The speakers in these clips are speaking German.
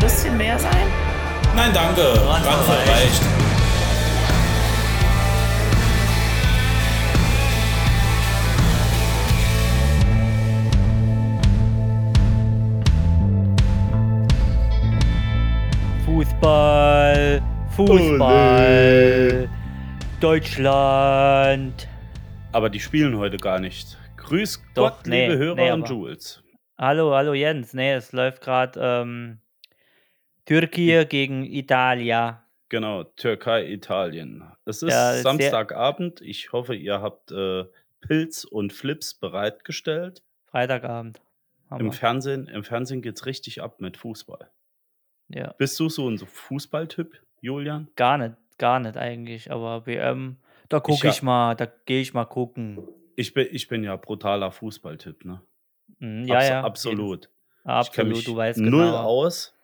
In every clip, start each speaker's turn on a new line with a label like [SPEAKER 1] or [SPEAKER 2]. [SPEAKER 1] bisschen mehr sein?
[SPEAKER 2] Nein, danke. Brandfall reicht.
[SPEAKER 3] Fußball, Fußball, Deutschland.
[SPEAKER 4] Aber die spielen heute gar nicht. Grüß
[SPEAKER 3] Doch,
[SPEAKER 4] Gott,
[SPEAKER 3] nee,
[SPEAKER 4] liebe Hörer
[SPEAKER 3] nee,
[SPEAKER 4] und
[SPEAKER 3] aber-
[SPEAKER 4] Jules.
[SPEAKER 3] Hallo, hallo Jens. Nee, es läuft gerade ähm, Türkei gegen Italia.
[SPEAKER 4] Genau, Türkei, Italien. Es ist
[SPEAKER 3] Ja, ist sehr-
[SPEAKER 4] Samstagabend. Ich hoffe, ihr habt äh, Pilz und Flips bereitgestellt.
[SPEAKER 3] Freitagabend. haben
[SPEAKER 4] Im
[SPEAKER 3] wir.
[SPEAKER 4] Fernsehen, Im Fernsehen geht es richtig ab mit Fußball.
[SPEAKER 3] Ja,
[SPEAKER 4] Bist du so ein Fußballtyp, Julian?
[SPEAKER 3] gar nicht, gar nicht eigentlich. Aber WM, da gucke
[SPEAKER 4] ja-
[SPEAKER 3] ich, mal, da gehe ich mal gucken.
[SPEAKER 4] Ich bin, ich bin ja brutaler Fußballtyp, ne?
[SPEAKER 3] Mhm, ja,
[SPEAKER 4] Abs-
[SPEAKER 3] ja.
[SPEAKER 4] Absolut.
[SPEAKER 3] Absolut,
[SPEAKER 4] ich kenne mich
[SPEAKER 3] du weißt
[SPEAKER 4] null
[SPEAKER 3] genau.
[SPEAKER 4] aus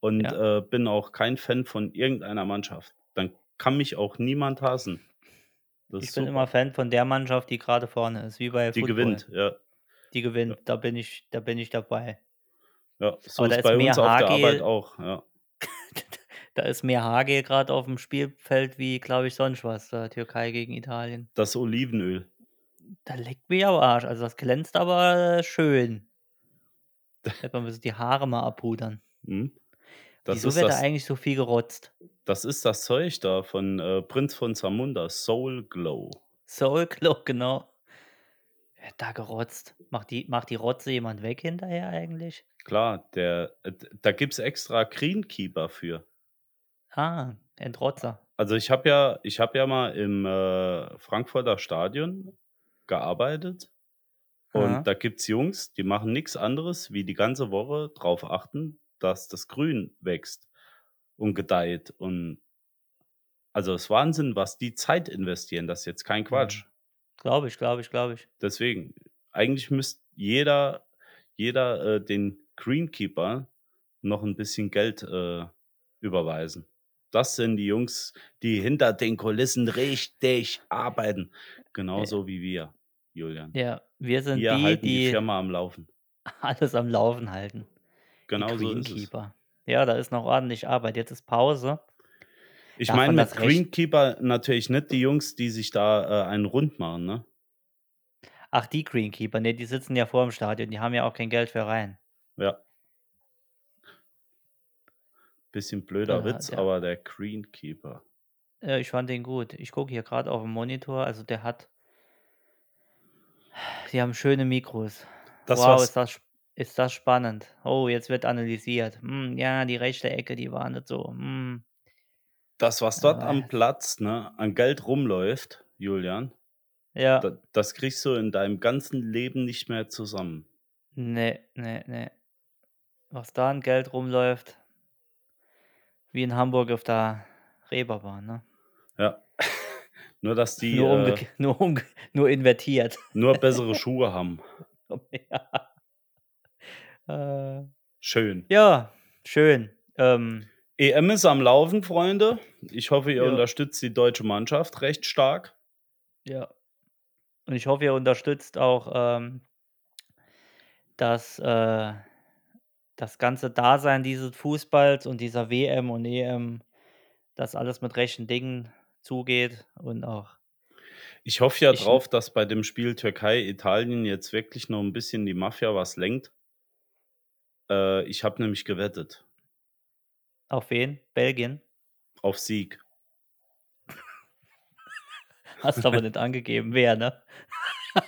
[SPEAKER 4] und äh, bin auch kein Fan von irgendeiner Mannschaft. Dann kann mich auch niemand hassen. Das
[SPEAKER 3] Ich
[SPEAKER 4] ist
[SPEAKER 3] bin
[SPEAKER 4] super.
[SPEAKER 3] immer Fan von der Mannschaft, die gerade vorne ist, wie bei
[SPEAKER 4] die
[SPEAKER 3] Football.
[SPEAKER 4] gewinnt. Ja,
[SPEAKER 3] Die gewinnt, da bin ich, da bin ich dabei.
[SPEAKER 4] ja. So
[SPEAKER 3] Aber da
[SPEAKER 4] ist
[SPEAKER 3] ist
[SPEAKER 4] bei
[SPEAKER 3] mehr
[SPEAKER 4] uns auf der
[SPEAKER 3] Hagel.
[SPEAKER 4] Arbeit auch. Ja.
[SPEAKER 3] Da ist mehr Hagel gerade auf dem Spielfeld wie, glaube ich, sonst was. Da Türkei gegen Italien.
[SPEAKER 4] Das Olivenöl.
[SPEAKER 3] Da leckt mir am Arsch. Also das glänzt aber äh, schön. Hätte man müssen die Haare mal abpudern.
[SPEAKER 4] Hm? Das,
[SPEAKER 3] Wieso
[SPEAKER 4] ist
[SPEAKER 3] wird da
[SPEAKER 4] das,
[SPEAKER 3] eigentlich so viel gerotzt?
[SPEAKER 4] das ist das Zeug da von äh, Prinz von Zamunda, Soul Glow.
[SPEAKER 3] Soul Glow, genau. Wer hat da gerotzt? Macht die, macht die Rotze jemand weg hinterher eigentlich?
[SPEAKER 4] Klar, der, äh, da gibt es extra Greenkeeper für.
[SPEAKER 3] Ah, Entrotzer.
[SPEAKER 4] Also ich habe ja, ich habe ja mal im äh, Frankfurter Stadion gearbeitet und
[SPEAKER 3] Aha.
[SPEAKER 4] da gibt's Jungs, die machen nichts anderes, wie die ganze Woche drauf achten, dass das Grün wächst und gedeiht und also es ist Wahnsinn, was die Zeit investieren. Das ist jetzt kein Quatsch.
[SPEAKER 3] Glaube Mhm. ich, glaube ich, glaube ich.
[SPEAKER 4] Deswegen eigentlich müsste jeder, jeder äh, den Greenkeeper noch ein bisschen Geld äh, überweisen. Das sind die Jungs, die hinter den Kulissen richtig arbeiten. Genauso wie wir, Julian.
[SPEAKER 3] Äh. Ja, wir sind
[SPEAKER 4] Wir
[SPEAKER 3] die,
[SPEAKER 4] halten die,
[SPEAKER 3] die
[SPEAKER 4] Firma am Laufen.
[SPEAKER 3] alles am Laufen halten.
[SPEAKER 4] Genau
[SPEAKER 3] die
[SPEAKER 4] so ist es.
[SPEAKER 3] Greenkeeper. Ja, da ist noch ordentlich Arbeit. Jetzt ist Pause.
[SPEAKER 4] Ich
[SPEAKER 3] Darf
[SPEAKER 4] meine
[SPEAKER 3] man
[SPEAKER 4] mit
[SPEAKER 3] das recht-
[SPEAKER 4] Greenkeeper natürlich nicht die Jungs, die sich da äh, einen rund machen, ne?
[SPEAKER 3] Ach, die Greenkeeper, ne, die sitzen ja vor dem Stadion, die haben ja auch kein Geld für rein.
[SPEAKER 4] Ja. Bisschen blöder
[SPEAKER 3] Ah,
[SPEAKER 4] Witz,
[SPEAKER 3] der-
[SPEAKER 4] aber der Greenkeeper.
[SPEAKER 3] Ja, Äh, ich fand den gut. Ich gucke hier gerade auf dem Monitor, also der hat. Die haben schöne Mikros.
[SPEAKER 4] Das
[SPEAKER 3] wow,
[SPEAKER 4] war's.
[SPEAKER 3] ist das, sp- ist das spannend. Oh, jetzt wird analysiert. Hm, ja, die rechte Ecke, die war nicht so. Hm.
[SPEAKER 4] das, was dort
[SPEAKER 3] Aber-
[SPEAKER 4] am Platz ne, an Geld rumläuft, Julian,
[SPEAKER 3] Ja,
[SPEAKER 4] da, das kriegst du in deinem ganzen Leben nicht mehr zusammen.
[SPEAKER 3] nee, nee, nee. Ne, Was da an Geld rumläuft, wie in Hamburg auf der Reeperbahn, ne?
[SPEAKER 4] Ja. nur, dass die
[SPEAKER 3] nur,
[SPEAKER 4] nur, äh,
[SPEAKER 3] umgeke- nur, umge nur invertiert.
[SPEAKER 4] nur bessere Schuhe haben.
[SPEAKER 3] ja. Äh,
[SPEAKER 4] Schön.
[SPEAKER 3] ja, schön. Ähm,
[SPEAKER 4] EM ist am Laufen, Freunde. Ich hoffe, ihr
[SPEAKER 3] Ja.
[SPEAKER 4] unterstützt die deutsche Mannschaft recht stark.
[SPEAKER 3] ja. Und ich hoffe, ihr unterstützt auch ähm, das, äh, das ganze Dasein dieses Fußballs und dieser WM und EM, dass alles mit rechten Dingen zugeht und auch.
[SPEAKER 4] Ich hoffe ja
[SPEAKER 3] Ich-
[SPEAKER 4] drauf, dass bei dem Spiel Türkei-Italien jetzt wirklich noch ein bisschen die Mafia was lenkt. Äh, ich habe nämlich gewettet
[SPEAKER 3] Auf wen? Belgien?
[SPEAKER 4] auf Sieg.
[SPEAKER 3] Hast aber nicht angegeben, wer, ne?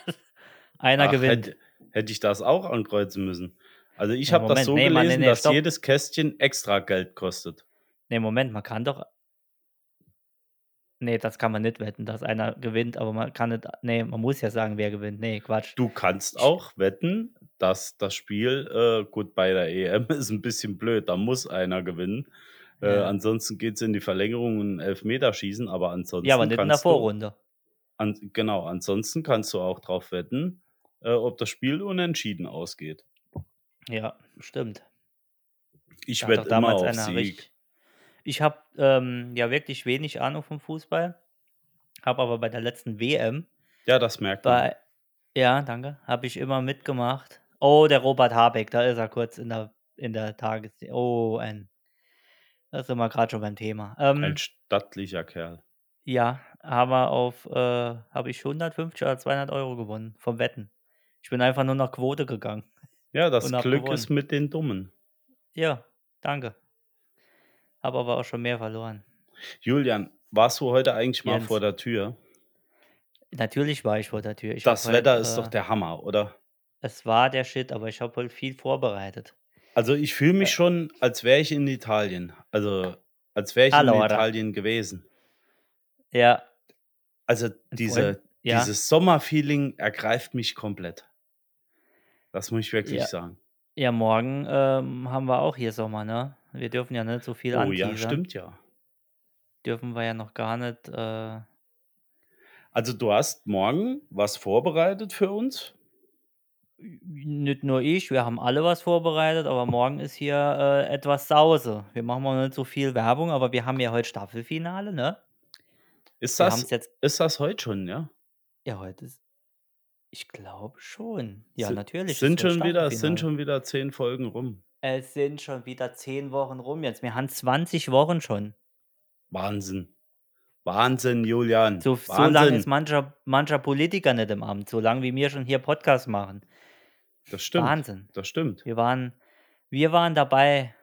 [SPEAKER 3] Einer
[SPEAKER 4] Ach,
[SPEAKER 3] gewinnt.
[SPEAKER 4] Hätte, hätte ich das auch ankreuzen müssen. Also ich
[SPEAKER 3] Ja,
[SPEAKER 4] habe das
[SPEAKER 3] Moment,
[SPEAKER 4] so
[SPEAKER 3] nee,
[SPEAKER 4] gelesen,
[SPEAKER 3] Mann, nee, nee,
[SPEAKER 4] dass
[SPEAKER 3] stopp.
[SPEAKER 4] jedes Kästchen extra Geld kostet.
[SPEAKER 3] Ne, Moment, man kann doch. Nee, das kann man nicht wetten, dass einer gewinnt, aber man kann nicht. Nee, man muss ja sagen, wer gewinnt. Nee, Quatsch.
[SPEAKER 4] Du kannst auch wetten, dass das Spiel, äh, gut, bei der EM ist ein bisschen blöd, da muss einer gewinnen. Äh,
[SPEAKER 3] Ja.
[SPEAKER 4] Ansonsten geht es in die Verlängerung und Elfmeterschießen, aber ansonsten.
[SPEAKER 3] ja, aber nicht in der
[SPEAKER 4] kannst du-
[SPEAKER 3] Vorrunde.
[SPEAKER 4] An, genau, ansonsten kannst du auch drauf wetten, äh, ob das Spiel unentschieden ausgeht.
[SPEAKER 3] Ja, stimmt.
[SPEAKER 4] Ich
[SPEAKER 3] Da hat doch
[SPEAKER 4] wette immer auf Sieg.
[SPEAKER 3] richtig- Ich habe ähm, ja wirklich wenig Ahnung vom Fußball, habe aber bei der letzten WM,
[SPEAKER 4] Ja, das merkt man.
[SPEAKER 3] bei, ja, danke, habe ich immer mitgemacht. Oh, der Robert Habeck, da ist er kurz in der, in der Tages... Oh, ein Da sind wir gerade schon beim Thema. Ähm,
[SPEAKER 4] Ein stattlicher Kerl.
[SPEAKER 3] ja, aber auf äh, habe ich 150 oder 200 Euro gewonnen vom Wetten. Ich bin einfach nur nach Quote gegangen.
[SPEAKER 4] Ja, das
[SPEAKER 3] Und hab
[SPEAKER 4] Glück
[SPEAKER 3] gewonnen.
[SPEAKER 4] ist mit den Dummen.
[SPEAKER 3] Ja, danke. Habe aber auch schon mehr verloren.
[SPEAKER 4] Julian, warst du heute eigentlich mal
[SPEAKER 3] Jens.
[SPEAKER 4] vor der Tür?
[SPEAKER 3] Natürlich war ich vor der Tür. Ich hab
[SPEAKER 4] das
[SPEAKER 3] halt,
[SPEAKER 4] Wetter ist
[SPEAKER 3] äh,
[SPEAKER 4] doch der Hammer, oder?
[SPEAKER 3] Es war der Shit, aber ich habe halt viel vorbereitet.
[SPEAKER 4] Also ich fühle mich
[SPEAKER 3] Äh.
[SPEAKER 4] schon, als wäre ich in Italien. Also als wäre ich in
[SPEAKER 3] Allora.
[SPEAKER 4] Italien gewesen.
[SPEAKER 3] Ja,
[SPEAKER 4] Also
[SPEAKER 3] vorhin-
[SPEAKER 4] diese,
[SPEAKER 3] ja.
[SPEAKER 4] dieses Sommerfeeling ergreift mich komplett. Das muss ich wirklich
[SPEAKER 3] Ja.
[SPEAKER 4] sagen.
[SPEAKER 3] ja morgen ähm, haben wir auch hier Sommer, ne? Wir dürfen ja nicht so viel
[SPEAKER 4] Oh
[SPEAKER 3] anteasern.
[SPEAKER 4] ja, stimmt ja.
[SPEAKER 3] Dürfen wir ja noch gar nicht. Äh,
[SPEAKER 4] Also du hast morgen was vorbereitet für uns?
[SPEAKER 3] nicht nur ich, wir haben alle was vorbereitet, aber morgen ist hier äh, etwas Sause. Wir machen mal nicht so viel Werbung, aber wir haben ja heute Staffelfinale, ne?
[SPEAKER 4] Ist
[SPEAKER 3] Wir haben es
[SPEAKER 4] das,
[SPEAKER 3] jetzt.
[SPEAKER 4] ist das heute schon, ja?
[SPEAKER 3] Ja, heute ist. Ich glaube schon. Ja,
[SPEAKER 4] Si-
[SPEAKER 3] natürlich. es
[SPEAKER 4] Sind
[SPEAKER 3] ist heute
[SPEAKER 4] schon, wieder, sind
[SPEAKER 3] Staffelfinale.
[SPEAKER 4] schon wieder zehn Folgen rum.
[SPEAKER 3] Es sind schon wieder zehn Wochen rum jetzt. Wir haben 20 Wochen schon.
[SPEAKER 4] Wahnsinn. Wahnsinn, Julian.
[SPEAKER 3] So, so
[SPEAKER 4] Wahnsinn.
[SPEAKER 3] lange ist mancher, mancher Politiker nicht im Amt. So lange wie wir schon hier Podcast machen.
[SPEAKER 4] das stimmt.
[SPEAKER 3] Wahnsinn.
[SPEAKER 4] Das stimmt.
[SPEAKER 3] Wir waren, wir waren dabei,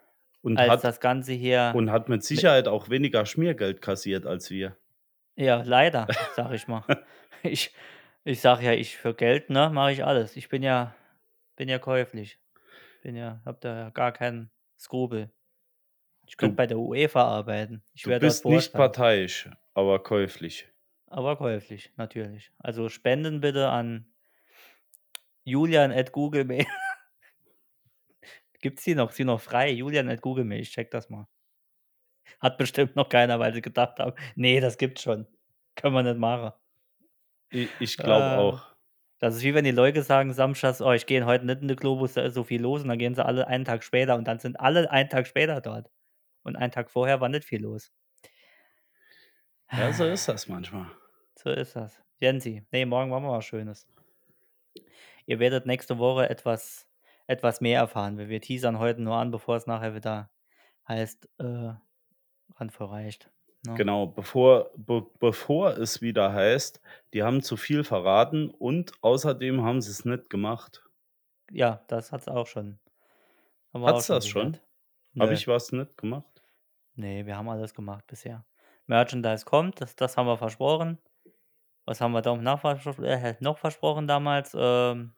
[SPEAKER 4] Und
[SPEAKER 3] als
[SPEAKER 4] hat,
[SPEAKER 3] das Ganze hier.
[SPEAKER 4] und hat mit Sicherheit auch weniger Schmiergeld kassiert als wir.
[SPEAKER 3] Ja, leider, sag ich mal. ich, ich sag ja, ich für Geld, ne, mache ich alles. Ich bin ja, bin ja käuflich. Bin ja, hab da ja gar keinen Skrupel. Ich könnte
[SPEAKER 4] Du-
[SPEAKER 3] bei der UEFA arbeiten. Ich
[SPEAKER 4] Du
[SPEAKER 3] wär dort
[SPEAKER 4] bist nicht
[SPEAKER 3] beurteilt.
[SPEAKER 4] parteiisch, aber käuflich.
[SPEAKER 3] Aber käuflich, natürlich. Also spenden bitte an Julian at Google Mail. Gibt's die noch? Ist die noch frei? Julian at Google Mail. Ich check das mal. Hat bestimmt noch keiner, weil sie gedacht haben, nee, das gibt's schon. Können wir nicht machen.
[SPEAKER 4] Ich, ich glaube
[SPEAKER 3] Äh,
[SPEAKER 4] auch.
[SPEAKER 3] Das ist wie wenn die Leute sagen, Samstags, oh, ich gehe heute nicht in den Globus, da ist so viel los und dann gehen sie alle einen Tag später und dann sind alle einen Tag später dort. Und einen Tag vorher war nicht viel los.
[SPEAKER 4] Ja, so ist das manchmal.
[SPEAKER 3] So ist das. Jensi, nee, morgen machen wir was Schönes. Ihr werdet nächste Woche etwas, etwas mehr erfahren, weil wir teasern heute nur an, bevor es nachher wieder heißt, äh, randverreicht. Ne?
[SPEAKER 4] Genau, bevor, be, bevor es wieder heißt, die haben zu viel verraten und außerdem haben sie es nicht gemacht.
[SPEAKER 3] Ja, das hat's auch schon. Haben wir
[SPEAKER 4] Hat's das schon?
[SPEAKER 3] gehört. Nö.
[SPEAKER 4] Habe ich was nicht gemacht?
[SPEAKER 3] Nee, wir haben alles gemacht bisher. Merchandise kommt, das, das haben wir versprochen. Was haben wir da noch, verspro äh, noch versprochen damals? Ähm,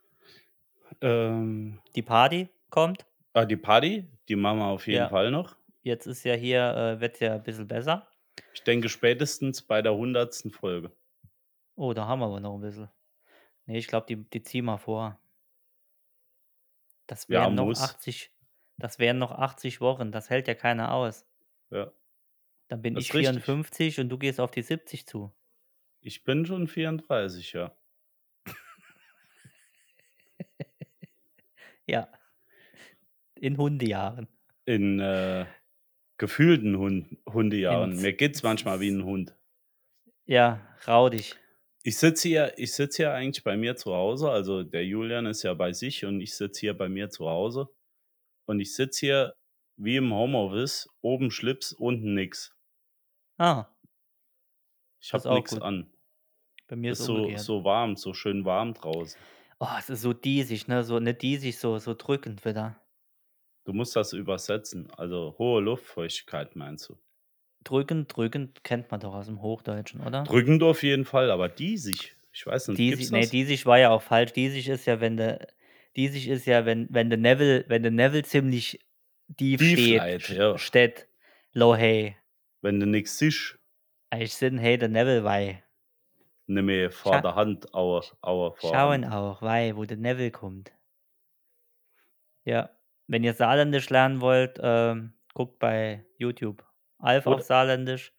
[SPEAKER 4] Ähm,
[SPEAKER 3] die Party kommt.
[SPEAKER 4] ah, die Party, die machen wir auf jeden
[SPEAKER 3] Ja.
[SPEAKER 4] Fall noch.
[SPEAKER 3] Jetzt ist ja hier, äh, wird ja ein bisschen besser.
[SPEAKER 4] Ich denke spätestens bei der hundertsten Folge.
[SPEAKER 3] Oh, da haben wir aber noch ein bisschen. Nee, ich glaube, die, die ziehen wir vor. Das
[SPEAKER 4] Ja,
[SPEAKER 3] wären noch
[SPEAKER 4] muss.
[SPEAKER 3] 80. Das wären noch 80 Wochen. Das hält ja keiner aus.
[SPEAKER 4] Ja.
[SPEAKER 3] Dann bin
[SPEAKER 4] Das
[SPEAKER 3] ich
[SPEAKER 4] ist richtig.
[SPEAKER 3] 54 und du gehst auf die 70 zu.
[SPEAKER 4] Ich bin schon 34, ja.
[SPEAKER 3] Ja. In Hundejahren.
[SPEAKER 4] In äh, gefühlten Hund Hundejahren.
[SPEAKER 3] Im-
[SPEAKER 4] Mir geht's manchmal wie ein Hund.
[SPEAKER 3] Ja, rau dich.
[SPEAKER 4] Ich sitze hier, ich sitze hier eigentlich bei mir zu Hause. Also der Julian ist ja bei sich und ich sitze hier bei mir zu Hause. Und ich sitze hier wie im Homeoffice, oben Schlips, unten nix.
[SPEAKER 3] Ah,
[SPEAKER 4] Ich
[SPEAKER 3] Das
[SPEAKER 4] habe
[SPEAKER 3] ist auch
[SPEAKER 4] nichts
[SPEAKER 3] gut.
[SPEAKER 4] an.
[SPEAKER 3] bei mir ist
[SPEAKER 4] Ist
[SPEAKER 3] es
[SPEAKER 4] so,
[SPEAKER 3] umgekehrt.
[SPEAKER 4] so warm, so schön warm draußen.
[SPEAKER 3] Oh, es ist so diesig, ne? So, nicht diesig, so, so drückend wieder.
[SPEAKER 4] Du musst das übersetzen. Also hohe Luftfeuchtigkeit meinst du?
[SPEAKER 3] Drückend, drückend kennt man doch aus dem Hochdeutschen, oder?
[SPEAKER 4] Drückend auf jeden Fall, aber diesig. Ich weiß nicht,
[SPEAKER 3] Diesig,
[SPEAKER 4] gibt's
[SPEAKER 3] nee,
[SPEAKER 4] das?
[SPEAKER 3] diesig war ja auch falsch. Diesig ist ja, wenn der, diesig ist ja, wenn, wenn der Neville, wenn der Neville ziemlich tief,
[SPEAKER 4] Tief
[SPEAKER 3] steht,
[SPEAKER 4] leid,
[SPEAKER 3] sch-
[SPEAKER 4] ja.
[SPEAKER 3] steht, low hey.
[SPEAKER 4] Wenn du nichts siehst,
[SPEAKER 3] Ich sind hey, der Neville wei.
[SPEAKER 4] nimm mir ne vor
[SPEAKER 3] Scha-
[SPEAKER 4] der Hand, aua, aua, vor der
[SPEAKER 3] Schauen
[SPEAKER 4] Hand.
[SPEAKER 3] auch, wei, wo der Neville kommt. Ja, wenn ihr Saarländisch lernen wollt, ähm, guckt bei YouTube. Alf
[SPEAKER 4] Oder-
[SPEAKER 3] auf Saarländisch.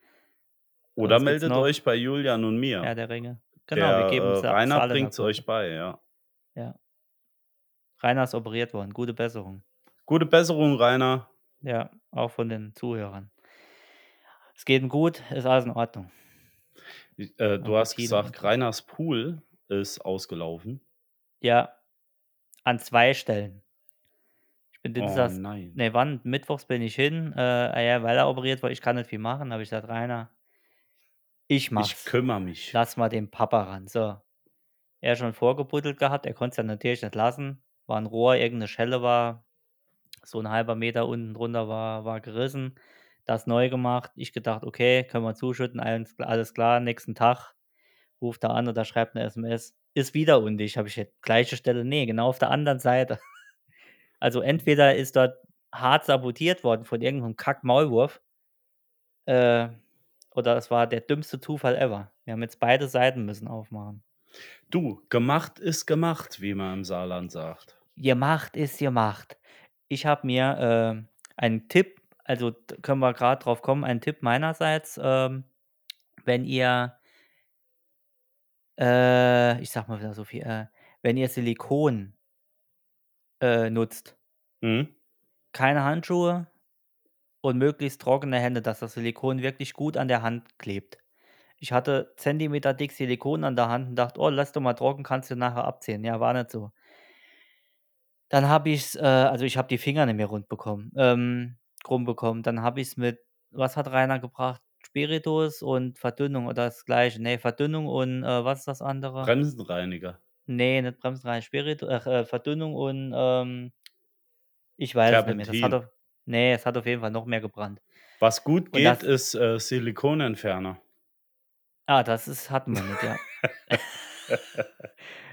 [SPEAKER 4] Oder
[SPEAKER 3] Was gibt's
[SPEAKER 4] meldet
[SPEAKER 3] noch?
[SPEAKER 4] euch bei Julian und mir.
[SPEAKER 3] Herr der Ringe. Genau,
[SPEAKER 4] Genau,
[SPEAKER 3] wir
[SPEAKER 4] der,
[SPEAKER 3] geben
[SPEAKER 4] äh,
[SPEAKER 3] Sa-
[SPEAKER 4] Rainer
[SPEAKER 3] Saarländer
[SPEAKER 4] bringt's
[SPEAKER 3] Kurve.
[SPEAKER 4] euch bei, ja.
[SPEAKER 3] Rainer ist operiert worden. Gute Besserung.
[SPEAKER 4] Gute Besserung, Rainer.
[SPEAKER 3] Ja, auch von den Zuhörern. Es geht ihm gut, ist alles in Ordnung.
[SPEAKER 4] Ich- Äh, du
[SPEAKER 3] Aber
[SPEAKER 4] hast
[SPEAKER 3] Tino und
[SPEAKER 4] gesagt,
[SPEAKER 3] so.
[SPEAKER 4] Rainers Pool ist ausgelaufen.
[SPEAKER 3] Ja, an zwei Stellen. Ich Ich bin
[SPEAKER 4] Oh
[SPEAKER 3] Dienstags,
[SPEAKER 4] nein.
[SPEAKER 3] ne, wann? Mittwochs bin ich hin. Äh, ah ja, weil er operiert war, ich kann nicht viel machen. Habe ich gesagt, Rainer, ich
[SPEAKER 4] Ich
[SPEAKER 3] mach's.
[SPEAKER 4] kümmere mich.
[SPEAKER 3] Lass mal den Papa ran. So. Er schon vorgebuddelt gehabt, er konnte es ja natürlich nicht lassen. War ein Rohr, irgendeine Schelle war, so ein halber Meter unten drunter war, war gerissen. Das neu gemacht. Ich gedacht, okay, können wir zuschütten, alles, kla- alles klar. Nächsten Tag ruft er an oder schreibt eine SMS. Ist wieder undicht. Habe ich jetzt gleiche Stelle? Nee, genau auf der anderen Seite. Also entweder ist dort hart sabotiert worden von irgendeinem Kack-Maulwurf äh, oder es war der dümmste Zufall ever. Wir haben jetzt beide Seiten müssen aufmachen.
[SPEAKER 4] Du, gemacht ist gemacht, wie man im Saarland sagt.
[SPEAKER 3] Gemacht ist gemacht. Ich habe mir äh, einen Tipp, also d- können wir gerade drauf kommen, einen Tipp meinerseits, ähm, wenn ihr, äh, ich sag mal wieder so viel, äh, wenn ihr Silikon äh, nutzt,
[SPEAKER 4] Hm?
[SPEAKER 3] keine Handschuhe und möglichst trockene Hände, dass das Silikon wirklich gut an der Hand klebt. Ich hatte Zentimeter dick Silikon an der Hand und dachte, oh, lass doch mal trocken, kannst du nachher abziehen. Ja, war nicht so. Dann habe ich es, äh, also ich habe die Finger nicht mehr rund bekommen, ähm, krumm bekommen. Dann habe ich es mit, was hat Rainer gebracht? Spiritus und Verdünnung oder das gleiche. Nee, Verdünnung und äh, was ist das andere?
[SPEAKER 4] Bremsenreiniger.
[SPEAKER 3] Nee, nicht Bremsenrein, Spiritus, ach, äh, Verdünnung und ähm, ich weiß es nicht mehr. Das hat
[SPEAKER 4] Terpentin.
[SPEAKER 3] auf, nee, es hat auf jeden Fall noch mehr gebrannt.
[SPEAKER 4] Was gut
[SPEAKER 3] Und
[SPEAKER 4] geht,
[SPEAKER 3] das,
[SPEAKER 4] ist äh, Silikonentferner.
[SPEAKER 3] ah, das ist, hatten wir nicht, ja.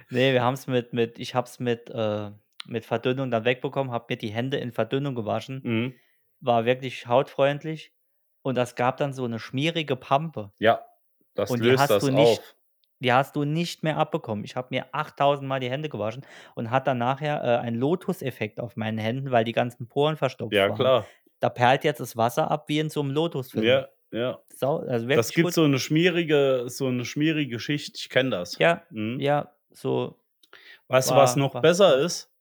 [SPEAKER 3] Nee, wir haben es mit, mit, ich hab's mit, äh, mit Verdünnung dann wegbekommen, hab mir die Hände in Verdünnung gewaschen,
[SPEAKER 4] Mhm.
[SPEAKER 3] war wirklich hautfreundlich und das gab dann so eine schmierige Pampe
[SPEAKER 4] Ja, das
[SPEAKER 3] und die
[SPEAKER 4] löst
[SPEAKER 3] hast du
[SPEAKER 4] das
[SPEAKER 3] nicht,
[SPEAKER 4] auf.
[SPEAKER 3] die hast du nicht mehr abbekommen. Ich habe mir 8000 Mal die Hände gewaschen und hatte dann nachher äh, einen Lotus-Effekt auf meinen Händen, weil die ganzen Poren verstopft
[SPEAKER 4] Ja,
[SPEAKER 3] waren.
[SPEAKER 4] klar.
[SPEAKER 3] Da perlt jetzt das Wasser ab wie in so einem Lotus-Film.
[SPEAKER 4] Ja, ja.
[SPEAKER 3] Sau-
[SPEAKER 4] Das
[SPEAKER 3] Also wirklich
[SPEAKER 4] gibt
[SPEAKER 3] gut.
[SPEAKER 4] so eine schmierige, so eine schmierige Schicht. Ich kenne das.
[SPEAKER 3] Ja,
[SPEAKER 4] Mhm.
[SPEAKER 3] ja, so
[SPEAKER 4] Weißt du, was
[SPEAKER 3] war,
[SPEAKER 4] noch
[SPEAKER 3] war.
[SPEAKER 4] besser ist?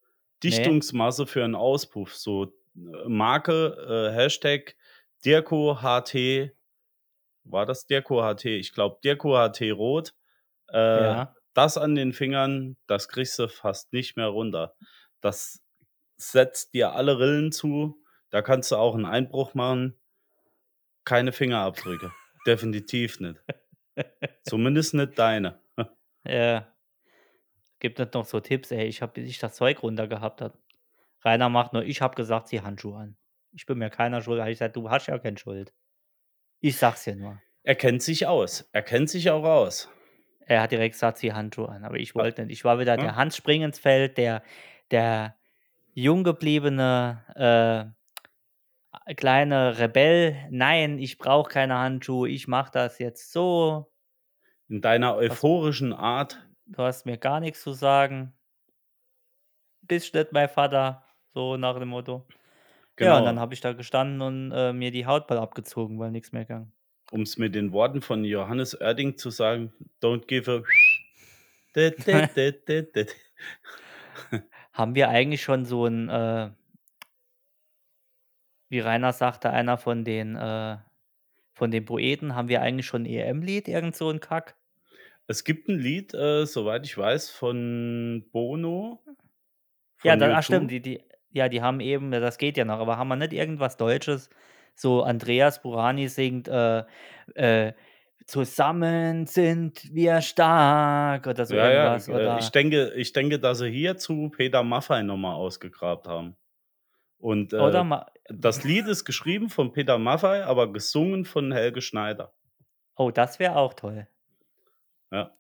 [SPEAKER 3] Nee,
[SPEAKER 4] Dichtungsmasse für einen Auspuff. So äh, Marke, äh, Hashtag Dirko HT. War das Dirko HT? Ich glaube, Dirko HT Rot. Äh,
[SPEAKER 3] ja.
[SPEAKER 4] das an den Fingern, das kriegst du fast nicht mehr runter. Das setzt dir alle Rillen zu. Da kannst du auch einen Einbruch machen. Keine Fingerabdrücke. Definitiv nicht. Zumindest nicht deine.
[SPEAKER 3] Ja. Gibt nicht noch so Tipps, ey, ich habe ich das Zeug runter gehabt hat. Rainer macht nur, ich habe gesagt, zieh Handschuhe an. Ich bin mir keiner schuld. Hab Ich sage, du hast ja keine Schuld. Ich sag's dir nur.
[SPEAKER 4] Er kennt sich aus. Er kennt sich auch aus.
[SPEAKER 3] Er hat direkt gesagt, zieh Handschuhe an. Aber ich
[SPEAKER 4] Ah,
[SPEAKER 3] wollte nicht. Ich war wieder
[SPEAKER 4] ne?
[SPEAKER 3] der Hans Springensfeld, der, der jung gebliebene äh, kleine Rebell. Nein, ich brauche keine Handschuhe. Ich mache das jetzt so.
[SPEAKER 4] In deiner
[SPEAKER 3] Was,
[SPEAKER 4] euphorischen Art.
[SPEAKER 3] du hast mir gar nichts zu sagen. Bist nicht mein Vater. So nach dem Motto. Ja, und dann
[SPEAKER 4] Genau.
[SPEAKER 3] habe ich da gestanden und äh, mir die Hautball abgezogen, weil nichts mehr ging.
[SPEAKER 4] Um es mit den Worten von Johannes Oerding zu sagen, don't give a.
[SPEAKER 3] Haben wir eigentlich schon so ein, äh, wie Rainer sagte, einer von den, äh, von den Poeten, haben wir eigentlich schon ein EM-Lied, irgend so ein Kack?
[SPEAKER 4] Es gibt ein Lied, äh, soweit ich weiß, von Bono,
[SPEAKER 3] Ja,
[SPEAKER 4] von
[SPEAKER 3] da, ah, stimmt,
[SPEAKER 4] U2.
[SPEAKER 3] die, die, ja, die haben eben, ja, das geht ja noch, aber haben wir nicht irgendwas Deutsches? So Andreas Burani singt, äh, äh, zusammen sind wir stark oder so
[SPEAKER 4] Ja, ja,
[SPEAKER 3] irgendwas
[SPEAKER 4] äh, ich
[SPEAKER 3] oder,
[SPEAKER 4] denke, ich denke, dass sie hierzu Peter Maffay nochmal ausgegrabt haben. Und
[SPEAKER 3] oder
[SPEAKER 4] äh,
[SPEAKER 3] ma-
[SPEAKER 4] das Lied ist geschrieben von Peter Maffay, aber gesungen von Helge Schneider.
[SPEAKER 3] oh, das wäre auch toll.
[SPEAKER 4] Ja.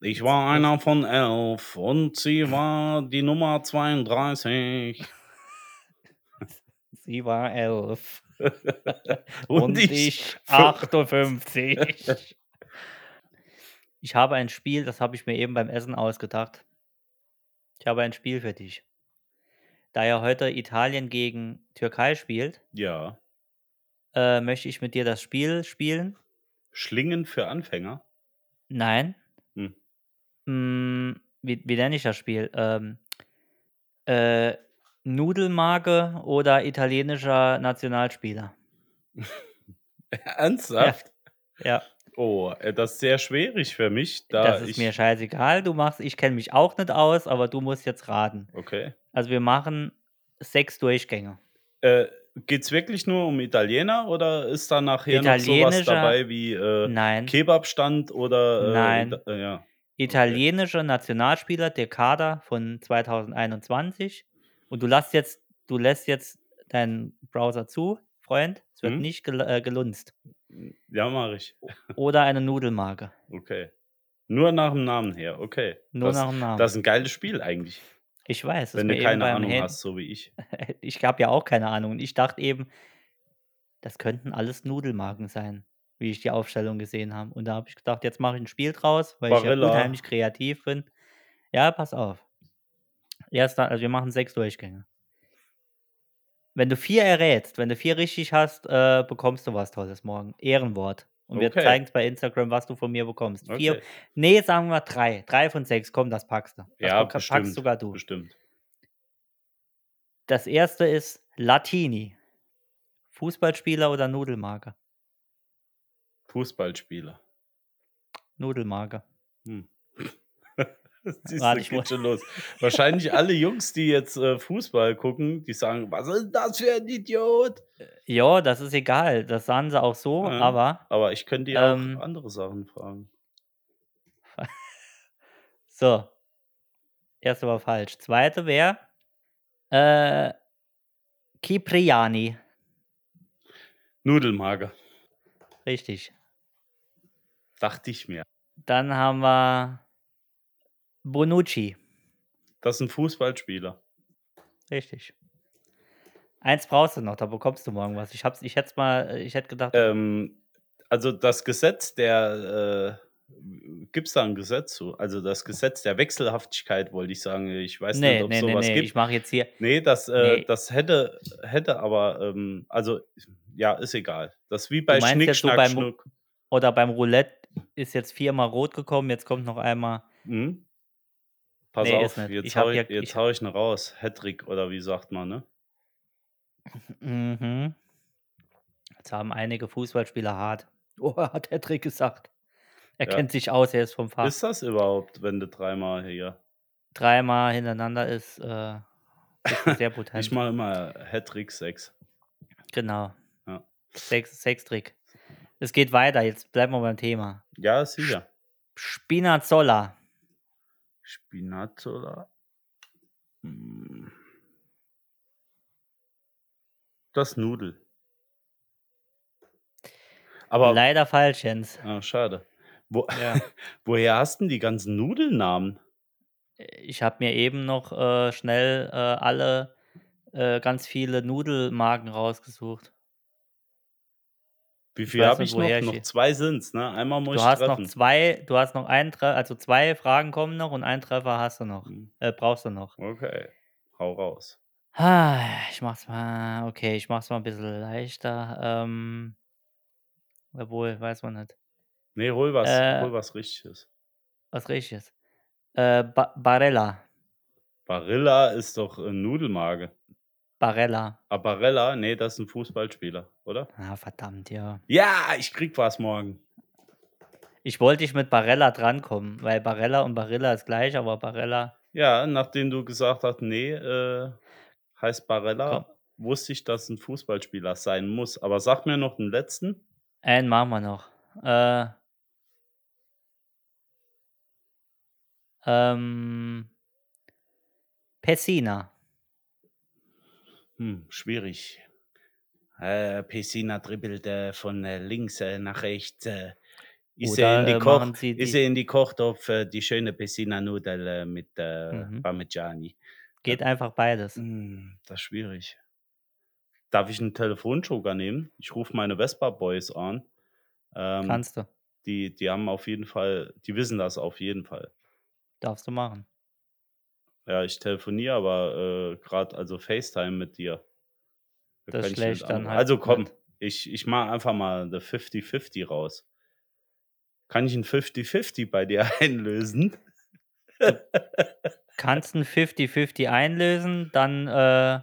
[SPEAKER 4] Ich
[SPEAKER 3] Jetzt
[SPEAKER 4] war
[SPEAKER 3] muss
[SPEAKER 4] einer von elf und sie war die Nummer 32.
[SPEAKER 3] Sie war elf.
[SPEAKER 4] und
[SPEAKER 3] Und
[SPEAKER 4] ich.
[SPEAKER 3] ich
[SPEAKER 4] fü-
[SPEAKER 3] 58. Ich habe ein Spiel, das habe ich mir eben beim Essen ausgedacht. Ich habe ein Spiel für dich. Da ja heute Italien gegen Türkei spielt,
[SPEAKER 4] ja,
[SPEAKER 3] äh, möchte ich mit dir das Spiel spielen.
[SPEAKER 4] Schlingen für Anfänger.
[SPEAKER 3] Nein.
[SPEAKER 4] Hm.
[SPEAKER 3] Mm, wie, wie nenne ich das Spiel? Ähm, äh, Nudelmarke oder italienischer Nationalspieler? Ja,
[SPEAKER 4] Ernsthaft?
[SPEAKER 3] ja.
[SPEAKER 4] Oh, äh, das ist sehr schwierig für mich,
[SPEAKER 3] Das
[SPEAKER 4] da
[SPEAKER 3] ist mir
[SPEAKER 4] ich.
[SPEAKER 3] scheißegal. Du machst, ich kenne mich auch nicht aus, aber du musst jetzt raten.
[SPEAKER 4] Okay.
[SPEAKER 3] Also wir machen sechs Durchgänge.
[SPEAKER 4] Äh, Geht es wirklich nur um Italiener oder ist da nachher noch sowas
[SPEAKER 3] Italienischer-
[SPEAKER 4] dabei wie äh,
[SPEAKER 3] Nein.
[SPEAKER 4] Kebabstand oder. Äh,
[SPEAKER 3] Nein.
[SPEAKER 4] Ita- äh, ja.
[SPEAKER 3] Italienischer Nationalspieler der Kader von 2021. Und du lässt jetzt, du lässt jetzt deinen Browser zu, Freund. Es wird
[SPEAKER 4] Mhm.
[SPEAKER 3] nicht gel äh, gelunzt.
[SPEAKER 4] ja, mache ich.
[SPEAKER 3] Oder eine Nudelmarke.
[SPEAKER 4] Okay. Nur nach dem Namen her, okay.
[SPEAKER 3] Nur
[SPEAKER 4] das,
[SPEAKER 3] nach dem Namen.
[SPEAKER 4] das ist ein geiles Spiel eigentlich,
[SPEAKER 3] ich weiß.
[SPEAKER 4] wenn du
[SPEAKER 3] mir eben
[SPEAKER 4] keine
[SPEAKER 3] beim
[SPEAKER 4] Ahnung
[SPEAKER 3] Hand-
[SPEAKER 4] hast, so wie ich.
[SPEAKER 3] Ich habe ja auch keine Ahnung. Und ich dachte eben, das könnten alles Nudelmarken sein, wie ich die Aufstellung gesehen habe. Und da habe ich gedacht, jetzt mache ich ein Spiel draus, weil ich
[SPEAKER 4] Barilla.
[SPEAKER 3] ja unheimlich kreativ bin. Ja, pass auf. Erster, also wir machen sechs Durchgänge. Wenn du vier errätst, wenn du vier richtig hast, äh, bekommst du was Tolles morgen. Ehrenwort. Und wir
[SPEAKER 4] Okay.
[SPEAKER 3] zeigen es bei Instagram, was du von mir bekommst.
[SPEAKER 4] Okay.
[SPEAKER 3] Vier, nee, sagen wir mal drei. Drei von sechs, komm, das packst du. Das
[SPEAKER 4] ja,
[SPEAKER 3] beka-
[SPEAKER 4] bestimmt.
[SPEAKER 3] packst sogar du.
[SPEAKER 4] Bestimmt.
[SPEAKER 3] Das erste ist Latini. Fußballspieler oder Nudelmarke?
[SPEAKER 4] Fußballspieler.
[SPEAKER 3] Nudelmarke.
[SPEAKER 4] Siehst
[SPEAKER 3] Warte,
[SPEAKER 4] du,
[SPEAKER 3] ich muss-
[SPEAKER 4] geht schon los. Wahrscheinlich alle Jungs, die jetzt äh, Fußball gucken, die sagen, was ist das für ein Idiot?
[SPEAKER 3] Ja, das ist egal. Das sahen sie auch so,
[SPEAKER 4] Ja.
[SPEAKER 3] aber
[SPEAKER 4] Aber ich könnte ja
[SPEAKER 3] Ähm.
[SPEAKER 4] auch andere Sachen fragen.
[SPEAKER 3] so. Erste war falsch. Zweite wäre äh, Kipriani.
[SPEAKER 4] Nudelmager,
[SPEAKER 3] Richtig.
[SPEAKER 4] dachte ich mir.
[SPEAKER 3] Dann haben wir Bonucci.
[SPEAKER 4] Das ist ein Fußballspieler.
[SPEAKER 3] Richtig. Eins brauchst du noch, da bekommst du morgen was. Ich, hab's, ich hätte mal, äh, ich hätte gedacht,
[SPEAKER 4] Ähm, also das Gesetz der, äh, gibt es da ein Gesetz zu? Also das Gesetz der Wechselhaftigkeit, wollte ich sagen. Ich weiß
[SPEAKER 3] nee,
[SPEAKER 4] nicht, ob es
[SPEAKER 3] nee, nee,
[SPEAKER 4] sowas
[SPEAKER 3] nee,
[SPEAKER 4] gibt.
[SPEAKER 3] ich mache jetzt hier,
[SPEAKER 4] Nee, das, äh,
[SPEAKER 3] Nee.
[SPEAKER 4] das hätte, hätte aber, ähm, also, ja, ist egal. Das ist wie bei
[SPEAKER 3] meinst
[SPEAKER 4] Schnick,
[SPEAKER 3] jetzt so
[SPEAKER 4] Schnack,
[SPEAKER 3] beim-
[SPEAKER 4] Schnuck.
[SPEAKER 3] oder beim Roulette ist jetzt viermal rot gekommen, jetzt kommt noch einmal.
[SPEAKER 4] Hm? Pass
[SPEAKER 3] Nee, ist
[SPEAKER 4] auf,
[SPEAKER 3] nicht.
[SPEAKER 4] jetzt,
[SPEAKER 3] Ich hab
[SPEAKER 4] hau,
[SPEAKER 3] ja-
[SPEAKER 4] ich, jetzt
[SPEAKER 3] ich-
[SPEAKER 4] hau ich noch raus. Hattrick oder wie sagt man, ne?
[SPEAKER 3] Mhm. Jetzt haben einige Fußballspieler hart. Oh, hat der Trick gesagt. Er
[SPEAKER 4] Ja.
[SPEAKER 3] kennt sich aus, er ist vom Fach.
[SPEAKER 4] Ist das überhaupt, wenn du dreimal hier.
[SPEAKER 3] Dreimal hintereinander ist, äh, ist schon sehr potent.
[SPEAKER 4] Ich mache immer Hattrick 6.
[SPEAKER 3] genau.
[SPEAKER 4] Ja.
[SPEAKER 3] Sex, Sextrick. Es geht weiter, jetzt bleiben wir beim Thema.
[SPEAKER 4] Ja, ist sicher.
[SPEAKER 3] Spinazzola.
[SPEAKER 4] Spinazzola. Hm. Das Nudel. Aber.
[SPEAKER 3] Leider falsch, Jens.
[SPEAKER 4] Ah, schade. Wo,
[SPEAKER 3] Ja.
[SPEAKER 4] Woher hast denn die ganzen Nudelnamen?
[SPEAKER 3] Ich habe mir eben noch äh, schnell äh, alle äh, ganz viele Nudelmarken rausgesucht.
[SPEAKER 4] Wie
[SPEAKER 3] Ich
[SPEAKER 4] viel
[SPEAKER 3] weiß
[SPEAKER 4] habe
[SPEAKER 3] nicht,
[SPEAKER 4] ich noch?
[SPEAKER 3] woher ich
[SPEAKER 4] noch
[SPEAKER 3] die-
[SPEAKER 4] zwei sind's, ne? Einmal muss
[SPEAKER 3] Du
[SPEAKER 4] ich
[SPEAKER 3] hast
[SPEAKER 4] treffen.
[SPEAKER 3] noch zwei, du hast noch einen Treffer, also zwei Fragen kommen noch und einen Treffer hast du noch.
[SPEAKER 4] Hm,
[SPEAKER 3] Äh, brauchst du noch.
[SPEAKER 4] Okay, hau raus.
[SPEAKER 3] Ah, Ich mach's mal, okay, ich mach's mal ein bisschen leichter. Ähm, obwohl, weiß man nicht.
[SPEAKER 4] Nee, hol was,
[SPEAKER 3] Äh,
[SPEAKER 4] hol was richtiges.
[SPEAKER 3] Was richtig ist. Äh, ba Barella.
[SPEAKER 4] Barilla ist doch ein Nudelmage.
[SPEAKER 3] Barella.
[SPEAKER 4] Aber Barella, nee, das ist ein Fußballspieler, oder?
[SPEAKER 3] Ah, verdammt, ja.
[SPEAKER 4] Ja, ich krieg was morgen.
[SPEAKER 3] Ich wollte dich mit Barella drankommen, weil Barella und Barilla ist gleich, aber Barella.
[SPEAKER 4] Ja, nachdem du gesagt hast, nee, äh, heißt Barella, wusste ich, dass ein Fußballspieler sein muss. Aber sag mir noch den letzten.
[SPEAKER 3] Einen machen wir noch. Äh, ähm, Pessina.
[SPEAKER 4] Hm, schwierig. Äh, Pessina dribbelt äh, von äh, links äh, nach rechts. Äh. Ich sehe
[SPEAKER 3] Oder,
[SPEAKER 4] in die
[SPEAKER 3] äh,
[SPEAKER 4] Koch,
[SPEAKER 3] machen Sie
[SPEAKER 4] ich
[SPEAKER 3] die-
[SPEAKER 4] sehe in die Kochtopf äh, die schöne Pessina Nudel äh, mit äh,
[SPEAKER 3] Mhm.
[SPEAKER 4] Parmigiani.
[SPEAKER 3] Geht einfach beides.
[SPEAKER 4] Hm, das ist schwierig. Darf ich einen Telefonjoker nehmen? Ich rufe meine Vespa Boys an. Ähm,
[SPEAKER 3] Kannst du.
[SPEAKER 4] die, die haben auf jeden Fall, die wissen das auf jeden Fall.
[SPEAKER 3] Darfst du machen.
[SPEAKER 4] Ja, ich telefoniere aber äh, gerade also FaceTime mit dir. Da
[SPEAKER 3] Das
[SPEAKER 4] kann ich
[SPEAKER 3] ist
[SPEAKER 4] nicht
[SPEAKER 3] schlecht. Dann
[SPEAKER 4] anrufen.
[SPEAKER 3] halt
[SPEAKER 4] also komm,
[SPEAKER 3] nicht.
[SPEAKER 4] ich, ich mache einfach mal eine 50-50 raus. Kann ich ein 50-50 bei dir einlösen?
[SPEAKER 3] Kannst ein 50-50 einlösen, dann äh,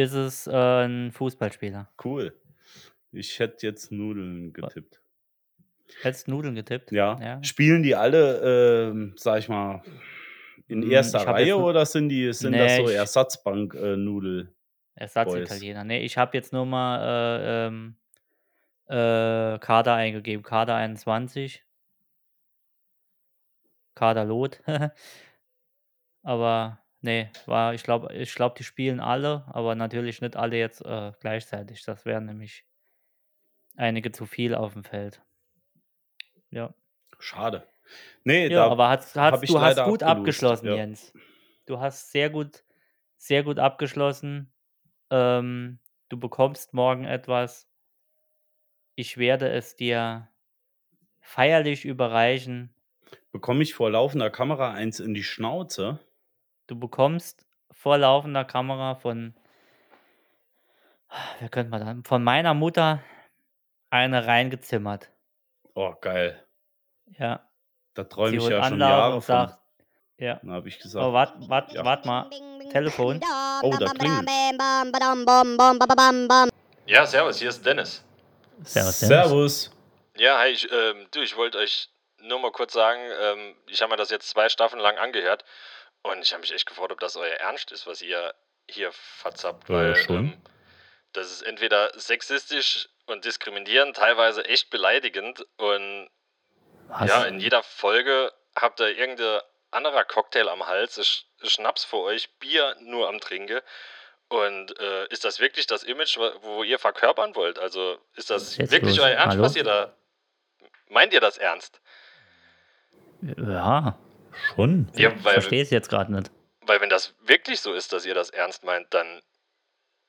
[SPEAKER 3] ist es äh, ein Fußballspieler.
[SPEAKER 4] Cool. Ich hätte jetzt Nudeln getippt.
[SPEAKER 3] Hättest Nudeln getippt?
[SPEAKER 4] Ja. Spielen die alle, ähm, sag ich mal, In
[SPEAKER 3] Hm,
[SPEAKER 4] erster
[SPEAKER 3] ich hab jetzt
[SPEAKER 4] Reihe
[SPEAKER 3] n-
[SPEAKER 4] oder sind die sind das
[SPEAKER 3] Nee,
[SPEAKER 4] so
[SPEAKER 3] ich-
[SPEAKER 4] Ersatzbank-Nudel? Boys.
[SPEAKER 3] Ersatzitaliener. Nee, ich habe jetzt nur mal äh, ähm, äh, Kader eingegeben. Kader 21. Kader Lot. aber nee, war, ich glaube, ich glaube, die spielen alle, aber natürlich nicht alle jetzt äh, gleichzeitig. Das wären nämlich einige zu viel auf dem Feld. Ja.
[SPEAKER 4] Schade. Nee,
[SPEAKER 3] Ja,
[SPEAKER 4] da
[SPEAKER 3] aber hast,
[SPEAKER 4] habe
[SPEAKER 3] hast,
[SPEAKER 4] ich
[SPEAKER 3] du hast
[SPEAKER 4] leider
[SPEAKER 3] gut
[SPEAKER 4] abgelost.
[SPEAKER 3] abgeschlossen,
[SPEAKER 4] Ja.
[SPEAKER 3] Jens. Du hast sehr gut, sehr gut abgeschlossen. Ähm, du bekommst morgen etwas. Ich werde es dir feierlich überreichen.
[SPEAKER 4] Bekomme ich vor laufender Kamera eins in die Schnauze?
[SPEAKER 3] Du bekommst vor laufender Kamera von, wer könnte man dann, von meiner Mutter eine reingezimmert.
[SPEAKER 4] Oh, geil.
[SPEAKER 3] Ja,
[SPEAKER 4] Da träume
[SPEAKER 3] sie
[SPEAKER 4] ich
[SPEAKER 3] holt
[SPEAKER 4] ja schon
[SPEAKER 3] Anlauf
[SPEAKER 4] Jahre
[SPEAKER 3] und
[SPEAKER 4] von.
[SPEAKER 3] sagt, ja,
[SPEAKER 4] Dann habe ich gesagt,
[SPEAKER 3] oh, warte, warte,
[SPEAKER 4] ja.
[SPEAKER 3] warte mal, Telefon.
[SPEAKER 4] Oh, da klingelt.
[SPEAKER 1] Ja, servus, hier ist Dennis.
[SPEAKER 3] Servus, Dennis.
[SPEAKER 4] Servus.
[SPEAKER 1] Ja, hi, ich, ähm, du, ich wollte euch nur mal kurz sagen, ähm, ich habe mir das jetzt zwei Staffeln lang angehört und ich habe mich echt gefragt, ob das euer Ernst ist, was ihr hier verzappt,
[SPEAKER 4] Äh,
[SPEAKER 1] weil
[SPEAKER 4] schon.
[SPEAKER 1] ähm, das ist entweder sexistisch und diskriminierend, teilweise echt beleidigend und
[SPEAKER 3] Was?
[SPEAKER 1] ja, in jeder Folge habt ihr irgendein anderer Cocktail am Hals, Sch Schnaps für euch, Bier nur am Trinke. Und äh, ist das wirklich das Image, wa- wo ihr verkörpern wollt? Also ist
[SPEAKER 3] Was
[SPEAKER 1] das
[SPEAKER 3] ist jetzt
[SPEAKER 1] wirklich
[SPEAKER 3] los?
[SPEAKER 1] euer Ernst,
[SPEAKER 3] Hallo?
[SPEAKER 1] was ihr da. Meint ihr das ernst?
[SPEAKER 3] Ja,
[SPEAKER 5] Schon?
[SPEAKER 1] Ja,
[SPEAKER 3] ich
[SPEAKER 1] weil,
[SPEAKER 3] verstehe es jetzt gerade nicht.
[SPEAKER 1] weil wenn das wirklich so ist, dass ihr das ernst meint, dann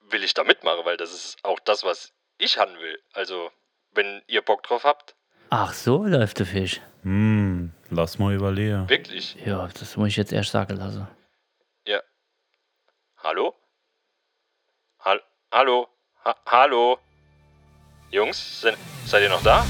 [SPEAKER 1] will ich da mitmachen, weil das ist auch das, was ich haben will. Also, wenn ihr Bock drauf habt,
[SPEAKER 3] Ach, so läuft der Fisch.
[SPEAKER 5] Hm, lass mal überlegen.
[SPEAKER 1] wirklich.
[SPEAKER 3] Ja, das muss ich jetzt erst sagen lassen.
[SPEAKER 1] Ja. Hallo? Hal hallo? Ha hallo? Jungs, sind, seid ihr noch da?